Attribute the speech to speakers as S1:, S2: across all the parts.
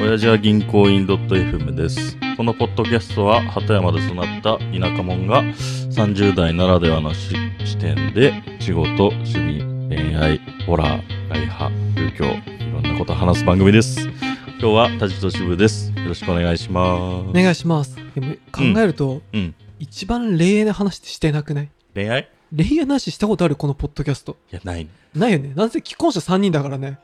S1: 親父は銀行員 .fm です。このポッドキャストは、鳩山で育った田舎者が、30代ならではのし視点で、仕事、趣味、恋愛、ホラー、外派、宗教、いろんなことを話す番組です。今日は、田地と渋です。よろしくお願いします。
S2: お願いしますでも考えると、
S1: うん。
S2: 一番恋愛の話ってしてなくない
S1: 恋愛い
S2: 恋愛の話したことあるこのポッドキャスト
S1: や、ない。
S2: ないよねなんせ既婚者3人だか らね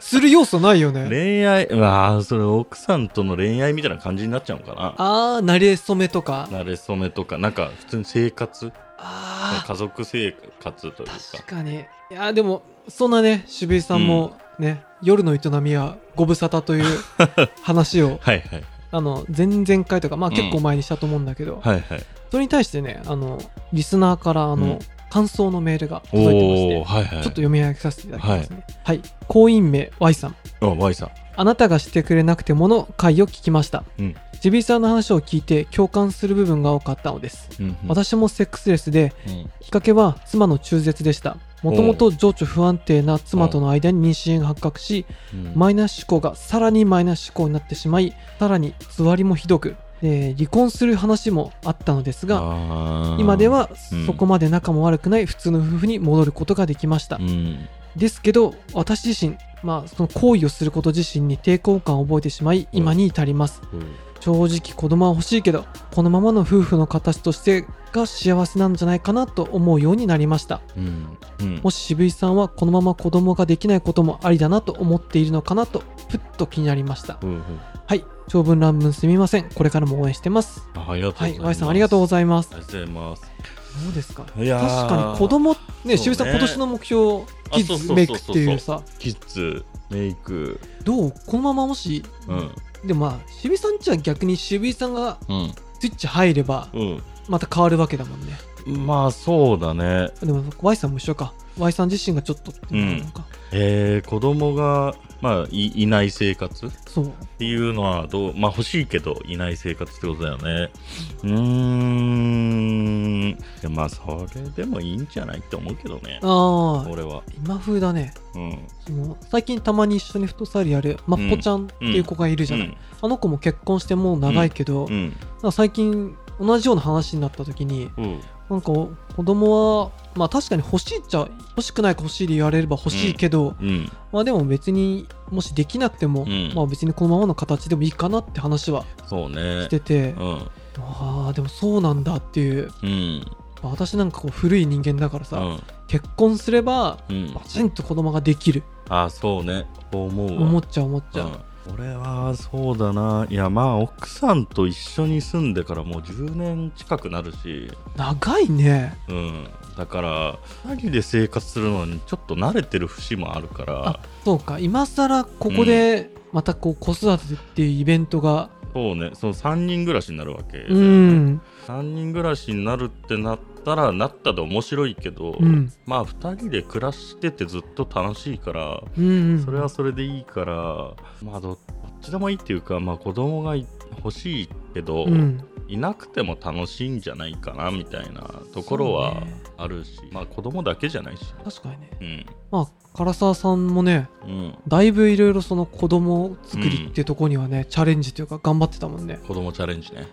S2: する要素ないよね
S1: 恋愛、うわあ、それ奥さんとの恋愛みたいな感じになっちゃうのかな。
S2: ああなれ初めとか
S1: 慣れ初めとか、なんか、普通に生活
S2: あ
S1: 家族生活というか
S2: ー確かにいやーでもそんなね渋井さんもね、夜の営みはご無沙汰という 話を
S1: はいはい
S2: あの前々回とかまあ
S1: うん
S2: 結構前にしたと思うんだけど、
S1: はいはい
S2: それに対してねあのリスナーからあの、
S1: うん
S2: 感想のメールが
S1: お
S2: 届いてまして
S1: おーはいはい
S2: ちょっと読み上げさせていただきますね。はい。婚姻名 Y さん。
S1: あ Y さん
S2: あなたがしてくれなくてもの回を聞きました。
S1: うん
S2: ジビーさんの話を聞いて共感する部分が多かったのです。
S1: うんうん
S2: 私もセックスレスで、
S1: うん
S2: きっかけは妻の中絶でした。もともと情緒不安定な妻との間に妊娠が発覚し、
S1: うん
S2: マイナス思考がさらにマイナス思考になってしまい、さらに座りもひどく、えー離婚する話もあったのですが、
S1: あー
S2: 今では
S1: うん
S2: そこまで仲も悪くない普通の夫婦に戻ることができました
S1: う。ん
S2: ですけど私自身まあその行為をすること自身に抵抗感を覚えてしまい今に至ります、
S1: うん
S2: 正直子供は欲しいけどこのままの夫婦の形としてが幸せなんじゃないかなと思うようになりました
S1: うんうん
S2: もし渋井さんはこのまま子供ができないこともありだなと思っているのかなとふっと気になりました
S1: うんうん
S2: はい長文乱文すみませんこれからも応援してます
S1: あありがとうござ
S2: はいい
S1: ます
S2: Y さんありがとうございます
S1: あ
S2: ど
S1: りがとうございます
S2: うですか
S1: いや
S2: 確
S1: ー
S2: かに子供
S1: ね
S2: ね渋井さん今年の目標
S1: あ
S2: キ
S1: そう
S2: ッ
S1: そうそうそう
S2: ズメイクっていうさ
S1: キッズメイク
S2: どうこのままもし
S1: うん
S2: でもまあ渋井さんちは逆に渋井さんが
S1: うん
S2: スイッチ入ればまた変わるわけだもんね
S1: うんまあそうだね
S2: でも Y さんも一緒か Y さん自身がちょっとっていうのか、
S1: えー子供がまあいいない生活
S2: そう
S1: っていうのはどう、まあ、欲しいけどいない生活ってことだよね。うーん。でまあ、それでもいいんじゃないって思うけどね。
S2: ああ
S1: 俺は。
S2: 今風だね
S1: うん。
S2: その最近たまに一緒にフットサルやるまっぽちゃんっていう子がいるじゃない、あの子も結婚してもう長いけど、
S1: うん。うん。
S2: なんか最近同じような話になった時に
S1: うん。
S2: なんか子供はまあ確かに欲しいっちゃ欲しくないか欲しいで言われれば欲しいけど、
S1: うん。
S2: まあでも別にもしできなくても、
S1: うん
S2: まあ別にこのままの形でもいいかなって話は
S1: そうね
S2: し。てて、
S1: うん。
S2: ああでもそうなんだっていう
S1: うん。
S2: まあ私なんかこう古い人間だから
S1: う
S2: さ、
S1: ん。
S2: 結婚すれば
S1: うん
S2: バ。チンと子供ができる、
S1: あ、そうね。こう思うわ。
S2: 思
S1: っ
S2: っちゃう思っちゃう、
S1: 俺はそうだないやまあ奥さんと一緒に住んでからもう10年近くなるし
S2: 長いね
S1: うんだから2人で生活するのにちょっと慣れてる節もあるから
S2: あそうか今更ここでまたこう子育てっていうイベントが
S1: そうねその3人暮らしになるわけ、
S2: うん、
S1: 3人暮らしになるってなったらなったで面白いけど、
S2: うん
S1: まあ2人で暮らしててずっと楽しいから
S2: うんうん
S1: それはそれでいいからまあどどっちでもいいっていうかまあ子供がい欲しいけど、
S2: うん
S1: いなくても楽しいんじゃないかなみたいなところ
S2: そ
S1: は
S2: うね
S1: あるし、まあ子供だけじゃないし
S2: 確かにね
S1: うん
S2: まあ唐沢さんもね
S1: うん
S2: だいぶいろいろその子供作りっていうところにはね、チャレンジというか頑張ってたもんね
S1: 子供チャレン ジね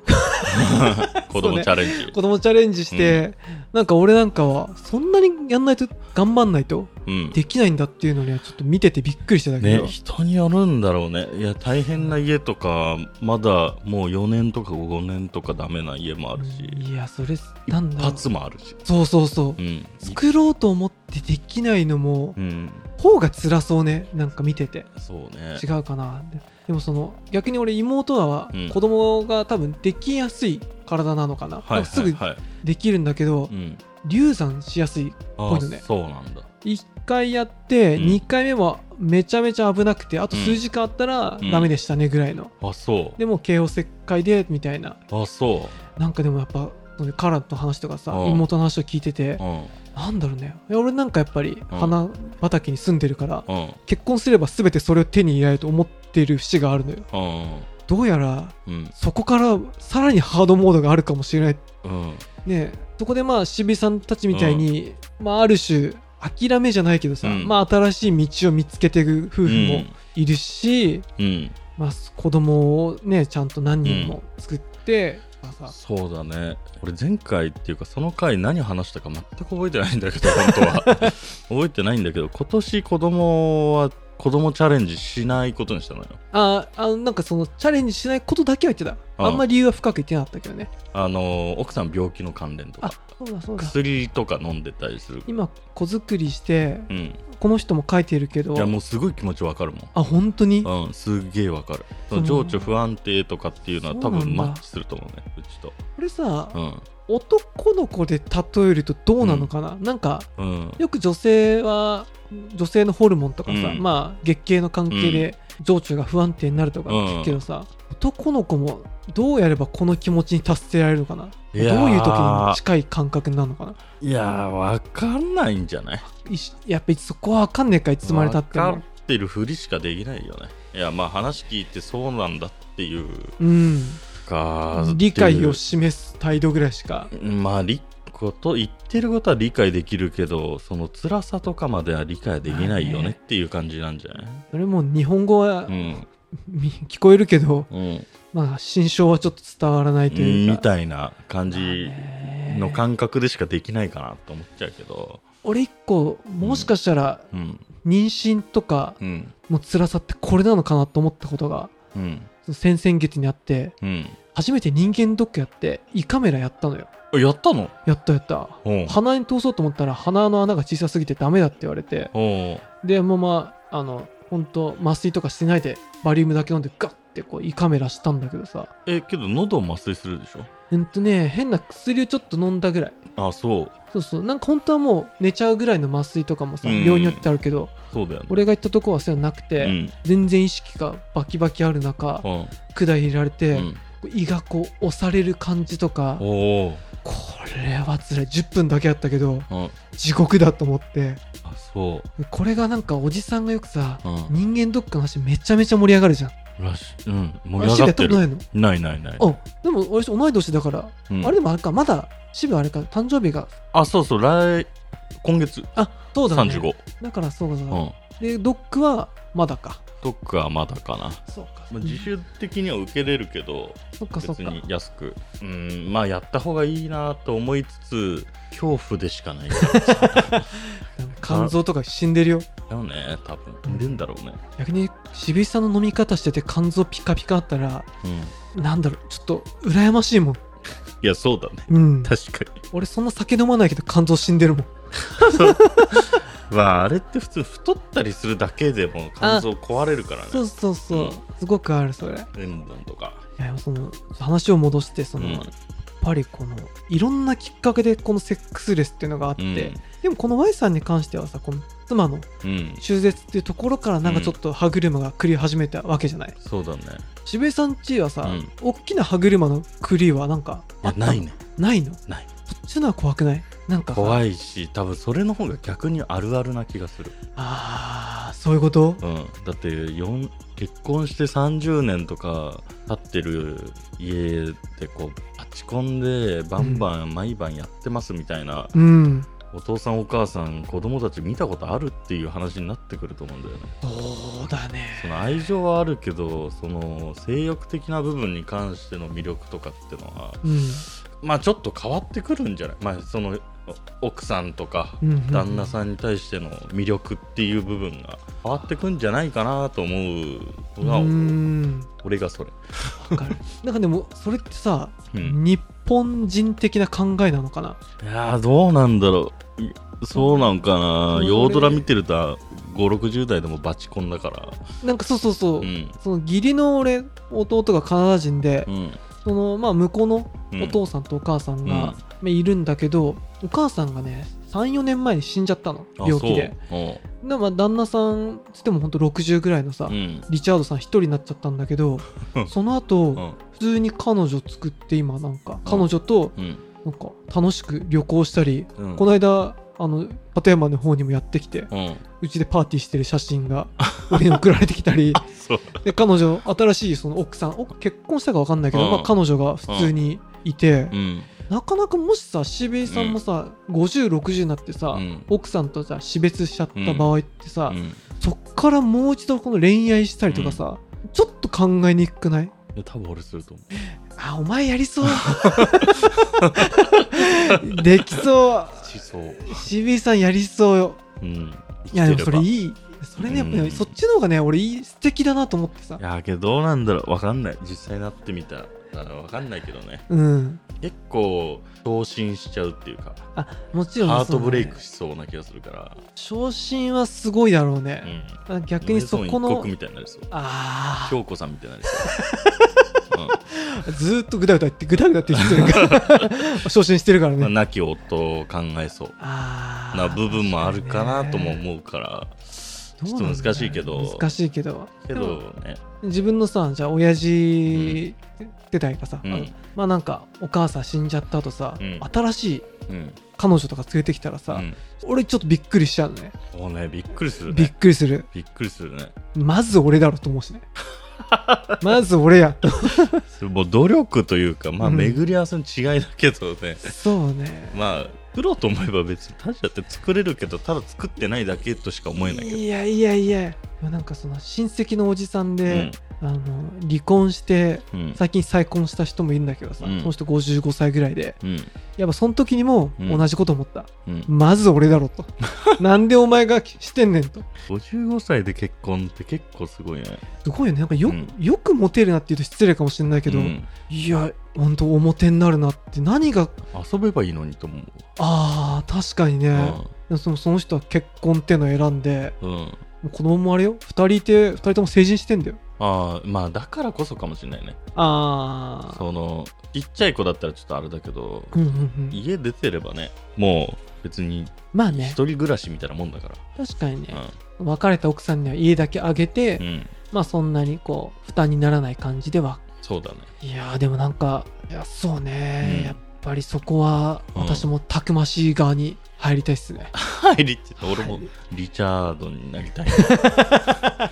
S1: 子供チャレンジ、
S2: 子供チャレンジして、なんか俺なんかはそんなにやんないと頑張んないと
S1: うん
S2: できないんだっていうのにはちょっと見ててびっくりしてたけ
S1: ね
S2: ど、、
S1: 人によるんだろうねいや大変な家とかまだもう4年とか5年とかダメな家もあるし
S2: いやそれ
S1: 一
S2: なんだろう
S1: 発もあるし
S2: そうそうそう、
S1: うん
S2: 作ろうと思ってできないのも、
S1: うん
S2: 方が辛そうねなんか見てて
S1: そうね
S2: 違うかなででもその逆に俺妹は
S1: うん
S2: 子供が多分できやすい体なのかな,、
S1: はい
S2: す
S1: はい
S2: ぐ
S1: はい
S2: できるんだけど、
S1: うん
S2: 流産しやすい
S1: あ
S2: こう
S1: あ
S2: いうのね
S1: そうなんだ
S2: 1回やって、
S1: うん
S2: 2回目はめちゃめちゃ危なくてあと数時間あったら
S1: うん
S2: ダメでしたねぐらいの、
S1: あそ
S2: でも慶応切開でみたいな
S1: うあそ
S2: なんかでもやっぱそのカラーの話とかさ
S1: うん
S2: 妹の話を聞いてて
S1: ううん
S2: なんだろうねいや俺なんかやっぱり
S1: うん
S2: 花畑に住んでるから
S1: うん
S2: 結婚すれば全てそれを手に入れられると思っている節があるのよ
S1: うん
S2: どうやら
S1: うん
S2: そこからさらにハードモードがあるかもしれない
S1: うん
S2: ねえそこでまあ渋井さんたちみたいに、まあある種諦めじゃないけどさ、
S1: うん
S2: まあ新しい道を見つけていく夫婦もいるし、
S1: うん、
S2: まあ、子供をねちゃんと何人も作って、まあさ
S1: そうだね俺前回っていうかその回何話したか全く覚えてないんだけど 本当 は覚えてないんだけど今年子供は子供チャレンジしないことにしたのよ
S2: ああのなんかそのチャレンジしないことだけは言ってた
S1: ああ
S2: あんまり理由は深く言ってなかったけどね
S1: あの奥さん病気の関連と
S2: あ
S1: か
S2: そうだそうだ
S1: 薬とか飲んでたりする
S2: 今子作りして
S1: うん
S2: この人も書いてるけど
S1: いやもうすごい気持ちわかるもん
S2: あ本当に
S1: うん、すげえわかるそ
S2: そ
S1: の
S2: う
S1: 情緒不安定とかっていうのは多
S2: そうな
S1: 分
S2: んだ
S1: マッチすると思うねうちと
S2: これさ、
S1: う
S2: 男の子で例えるとどうなのかな、なんか
S1: んうん
S2: よく女性は女性のホルモンとかさ、
S1: うん
S2: まあ月経の関係で情緒が不安定になるとか聞くけどさ、男の子もどうやればこの気持ちに達せられるのかなどう
S1: いやー
S2: いう時に近い感覚になるのかない
S1: やーわかんないんじゃない
S2: いしやっぱりそこは分かんねえかいつまでたって
S1: わ
S2: も
S1: かってるふりしかできないよねいやまあ話聞いてそうなんだっていう
S2: うん
S1: か
S2: 理解を
S1: し
S2: 示す態度ぐらいしか
S1: まありこと言ってることは理解できるけどその辛さとかまでは理解できないよ
S2: まあ
S1: ねっ
S2: ね
S1: ていう感じなんじゃない、
S2: それも日本語は
S1: うん
S2: み聞こえるけど、
S1: うん、
S2: まあ心象はちょっと伝わらないというか
S1: みたいな感じの
S2: ね
S1: 感覚でしかできないかなと思っちゃうけど、
S2: 俺一個もしかしたら
S1: うん
S2: 妊娠とか
S1: うん
S2: の辛さってこれなのかなと思ったことが
S1: うん
S2: その先々月にあって
S1: うん
S2: 初めて人間ドックやって胃カメラやったのよ
S1: あやったの
S2: やったやった
S1: うん
S2: 鼻に通そうと思ったら鼻の穴が小さすぎてダメだって言われて
S1: おう
S2: でもうまああの本当麻酔とかしてないでバリウムだけ飲んでガッてこう胃カメラしたんだけどさ
S1: えけど喉を麻酔するでしょ
S2: うんとね変な薬をちょっと飲んだぐらい
S1: あそう
S2: そうそうなんか本当はもう寝ちゃうぐらいの麻酔とかもさ
S1: うん
S2: 病院によってあるけど
S1: そうだよね
S2: 俺が行ったとこはそういうのなくて、
S1: うん
S2: 全然意識がバキバキある中
S1: うん
S2: 管入れられて、
S1: うん
S2: 胃がこう押される感じとか
S1: おお
S2: これは辛い10分だけあったけど
S1: うん
S2: 地獄だと思って
S1: あそ
S2: これがなんかおじさんがよくさ、
S1: ううん
S2: 人間ドックの話めちゃめちゃ盛り上がるじゃん
S1: らしいうん盛り
S2: あ
S1: 上が
S2: 渋谷や
S1: っ
S2: った
S1: て
S2: こと
S1: る
S2: ないの
S1: ないないない
S2: あでも私同い年だから、
S1: うん
S2: あれでもあれかまだ渋谷あれか誕生日が
S1: あそうそう来今月
S2: あそうだね
S1: 35
S2: だからそうだ、
S1: うん
S2: でドックはまだか
S1: どっかはまだかな
S2: そうか
S1: まあ自主的には受けれるけど
S2: そっかそっ
S1: 別
S2: か
S1: に安くうんまあやった方がいいなと思いつつ恐怖でしかないか
S2: 肝臓とか死んでるよ
S1: らよね多分いるんだろうね
S2: 逆に渋井さんの飲み方してて肝臓ピカピカあったら
S1: うん
S2: なんだろうちょっと羨ましいもん
S1: いやそうだね
S2: うん
S1: 確かに
S2: 俺そんな酒飲まないけど肝臓死んでるもん
S1: まああれって普通太ったりするだけでも肝臓壊れるからね
S2: そうそうそう、
S1: うん
S2: すごくあるそれい
S1: 塩分とか
S2: やでもその話を戻してその、
S1: うん
S2: やっぱりこのいろんなきっかけでこのセックスレスっていうのがあって、でもこの Y さんに関してはさこの妻の
S1: うん、うん、
S2: 中絶っていうところからなんかちょっと歯車が狂い始めたわけじゃない、
S1: そうだね
S2: 渋井さんちはさ、
S1: うん
S2: 大きな歯車の狂いはなんか
S1: い
S2: あ
S1: や
S2: ったの
S1: ないね
S2: ないの
S1: ない
S2: そっちのは怖くないなんかさ
S1: 怖いし多分それの方が逆にあるあるな気がする、
S2: ああそういうこと
S1: うん、だってよん結婚して30年とか経ってる家でこうパチコンでバンバン毎晩やってますみたいな、
S2: うん
S1: お父さんお母さん子供たち見たことあるっていう話になってくると思うんだよね
S2: そうだね
S1: その愛情はあるけどその性欲的な部分に関しての魅力とかってのは
S2: うん
S1: まあちょっと変わってくるんじゃない、まあ、そのお奥さんとか
S2: うんうん
S1: 旦那さんに対しての魅力っていう部分が変わってくんじゃないかなと思うのが、
S2: うん
S1: 俺がそれ、
S2: わかるなんかでもそれってさ、
S1: うん
S2: 日本人的な考えなのかない
S1: やーどうなんだろういそうなんかな
S2: それ
S1: 洋ドラ見てると560代でもバチコンだから
S2: なんかそうそうそう、
S1: うん
S2: その義理の俺弟がカナダ人で、
S1: うん
S2: そのまあ向こうの
S1: うん
S2: お父さんとお母さん
S1: うん
S2: が、まあいるんだけどお母さんがね34年前に死んじゃったの病気で
S1: あそう
S2: でまあ旦那さんつっても本当60ぐらいのさ、
S1: うんうん
S2: リチャードさん一人になっちゃったんだけどその後、
S1: うん
S2: 普通に彼女作って今なんか彼女と
S1: うん
S2: なんか楽しく旅行したり、
S1: うん
S2: この間あの館山の方にもやってきて
S1: うん
S2: うちでパーティーしてる写真が俺に送られてきた り
S1: そう
S2: で彼女新しいその奥さんお結婚したか分かんないけど、
S1: うん
S2: まあ、彼女が普通にいて、
S1: うん
S2: なかなかもしさ渋井さんもさ、5060になってさ、
S1: うん
S2: 奥さんとさ死別しちゃった場合って
S1: う
S2: さ、
S1: ん
S2: そっからもう一度この恋愛したりとかさ、ちょっと考えにくくない
S1: いや多分俺すると思う
S2: あお前や りそうできそ
S1: しそう
S2: う渋井さんやりそうよ
S1: うん
S2: いやでもそれ
S1: い
S2: いいそれねやっぱね、
S1: うん
S2: そっちの方がね俺いい素敵だなと思ってさ
S1: やけどどうなんだろうわかんない実際なってみたらわかんないけどね
S2: うん
S1: 結構昇進しちゃうっていうか
S2: もちろん
S1: ハートブレイク
S2: そ
S1: しそうな気がするから、
S2: うね昇進はすごいだろう
S1: う
S2: ね、
S1: ん、
S2: 逆にそこ
S1: イメソン一
S2: の
S1: 国みたいになりそう
S2: あ
S1: 京子さんみたいになり そう、
S2: あずーっとグダグダ言ってグダグダって言ってるから 昇進してるから
S1: うんまあ、
S2: ね
S1: 亡き夫を考えそう
S2: あ
S1: な
S2: あ
S1: 部分もあるかなとも思うから、ちょ
S2: どうなんだろう
S1: っと難しいけど
S2: 難しいけど
S1: けどね、
S2: 自分のさじゃあ親父世代がさ、
S1: うん
S2: あのまあなんかお母さん死んじゃった後さ、
S1: うん
S2: 新しい
S1: うん
S2: 彼女とか連れてきたらさ、
S1: うん
S2: 俺ちょっとびっくりしちゃうのね
S1: もうねびっくりする
S2: びっ
S1: ね
S2: くりする
S1: びっくりするね
S2: まず俺だろと思う しねまず俺や
S1: それもう努力というかまあ
S2: うん
S1: 巡り合わせの違いだけどね、
S2: そうね
S1: まあ作ろうと思えば別に他社って作れるけどただ作ってないだけとしか思えないけど
S2: いやいやいやなんかその親戚のおじさんで、あの離婚して
S1: うんうん
S2: 最近再婚した人もいるんだけどさ、
S1: うん
S2: その人55歳ぐらいで
S1: うん
S2: やっぱその時にも
S1: うん
S2: 同じこと思った、
S1: うん
S2: まず俺だ ろとなんでお前がしてんねんと
S1: 55歳で結婚って結構すごいね
S2: すごいよねなんかよ,、
S1: うん
S2: よくモテるなって言うと失礼かもしれないけど、
S1: うん
S2: いやほんと表になるなって何が
S1: 遊べばいいのにと思う
S2: あー確かにね、
S1: わ
S2: でそのその人は結婚ってのを選んで
S1: うん、うん、
S2: もう子供もあれよ2人いて2人とも成人してんだよ
S1: ああまあだからこそかもしれないね
S2: ああ
S1: そのちっちゃい子だったらちょっとあれだけど
S2: うんうんうん
S1: 家出てればねもう別に
S2: まあね
S1: 一人暮らしみたいなもんだから、
S2: 確かにね、別れた奥さんには家だけあげて、
S1: うん、うん、
S2: まあそんなにこう負担にならない感じでは
S1: そうだね
S2: いやーでもなんかいやそうね、
S1: うん
S2: やっぱりそこは
S1: うん
S2: 私もたくましい側に入りたいっすね、
S1: 入りって俺もリチャードになりたい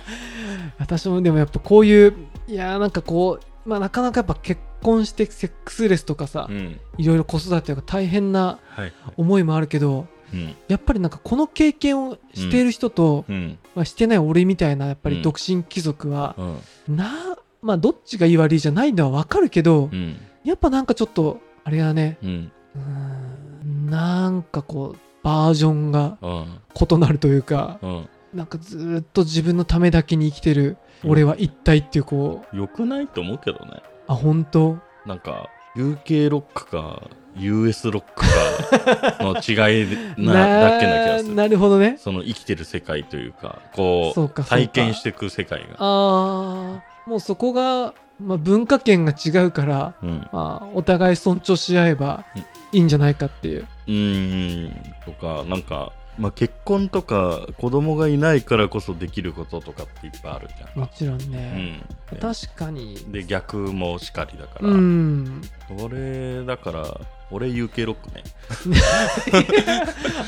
S2: 私もでもやっぱこういういやーなんかこうまあなかなかやっぱ結婚してセックスレスとかさ、
S1: うん
S2: いろいろ子育てとか大変な
S1: はい
S2: 思いもあるけど
S1: うん
S2: やっぱりなんかこの経験をしている人と、
S1: うん
S2: まあ、してない俺みたいなやっぱ
S1: うん
S2: り独身貴族は、
S1: うん
S2: なまあどっちがいい悪いじゃないのはわかるけど、
S1: うん
S2: やっぱなんかちょっとあれだね
S1: うん
S2: うーんなんかこうバージョンが
S1: うん
S2: 異なるというか
S1: うん
S2: なんかずーっと自分のためだけに生きてる俺は一体っていうこう
S1: よくないと思うけどね
S2: あ本当
S1: なんか UK ロックか US ロックかの違いなだけな気がする
S2: なるほどね
S1: その生きてる世界というかこう
S2: そうかそうか
S1: 体験していく世界が、
S2: あーもうそこが、まあ、文化圏が違うから、
S1: うん、
S2: まあ、お互い尊重し合えば
S1: うん
S2: いいんじゃないかっていう
S1: うーんとかなんか、まあ、結婚とか子供がいないからこそできることとかっていっぱいあるじゃん。
S2: もちろん
S1: う
S2: ね、
S1: ん、
S2: 確かに
S1: で逆もしかりだから、
S2: うん
S1: 俺だから俺 UK ロックね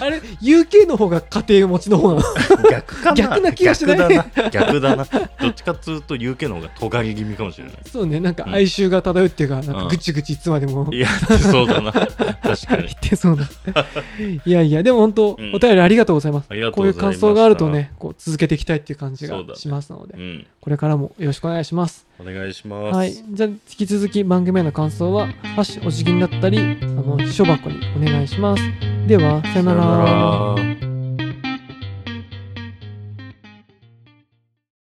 S2: あれ UK の方が家庭持ちの方なの
S1: 逆か
S2: な 逆な気がしない
S1: 逆だな逆だなどっちかっつうと UK の方が尖り気味かもしれない
S2: そうねなんか
S1: うん
S2: 哀愁が漂うっていうかなん
S1: う
S2: か
S1: ん
S2: ぐちぐちいつまでも
S1: いやそうだな確かに
S2: 言ってそうないやいやでも本当、
S1: うん
S2: お便りありがとうございます
S1: ありがと
S2: こ
S1: う
S2: うい
S1: ござ
S2: う
S1: いま
S2: 感
S1: した
S2: 想があるとねこう続けていきたいっていう感じ
S1: そうだ
S2: が
S1: ね
S2: しますので、
S1: うん
S2: これからもよろしくお願いします
S1: お願いします、
S2: はいじゃあ引き続き番組への感想は「ハッシュお辞儀になったり」あの「秘書箱」にお願いしますではさよ
S1: さ
S2: な
S1: よ
S2: ら
S1: なら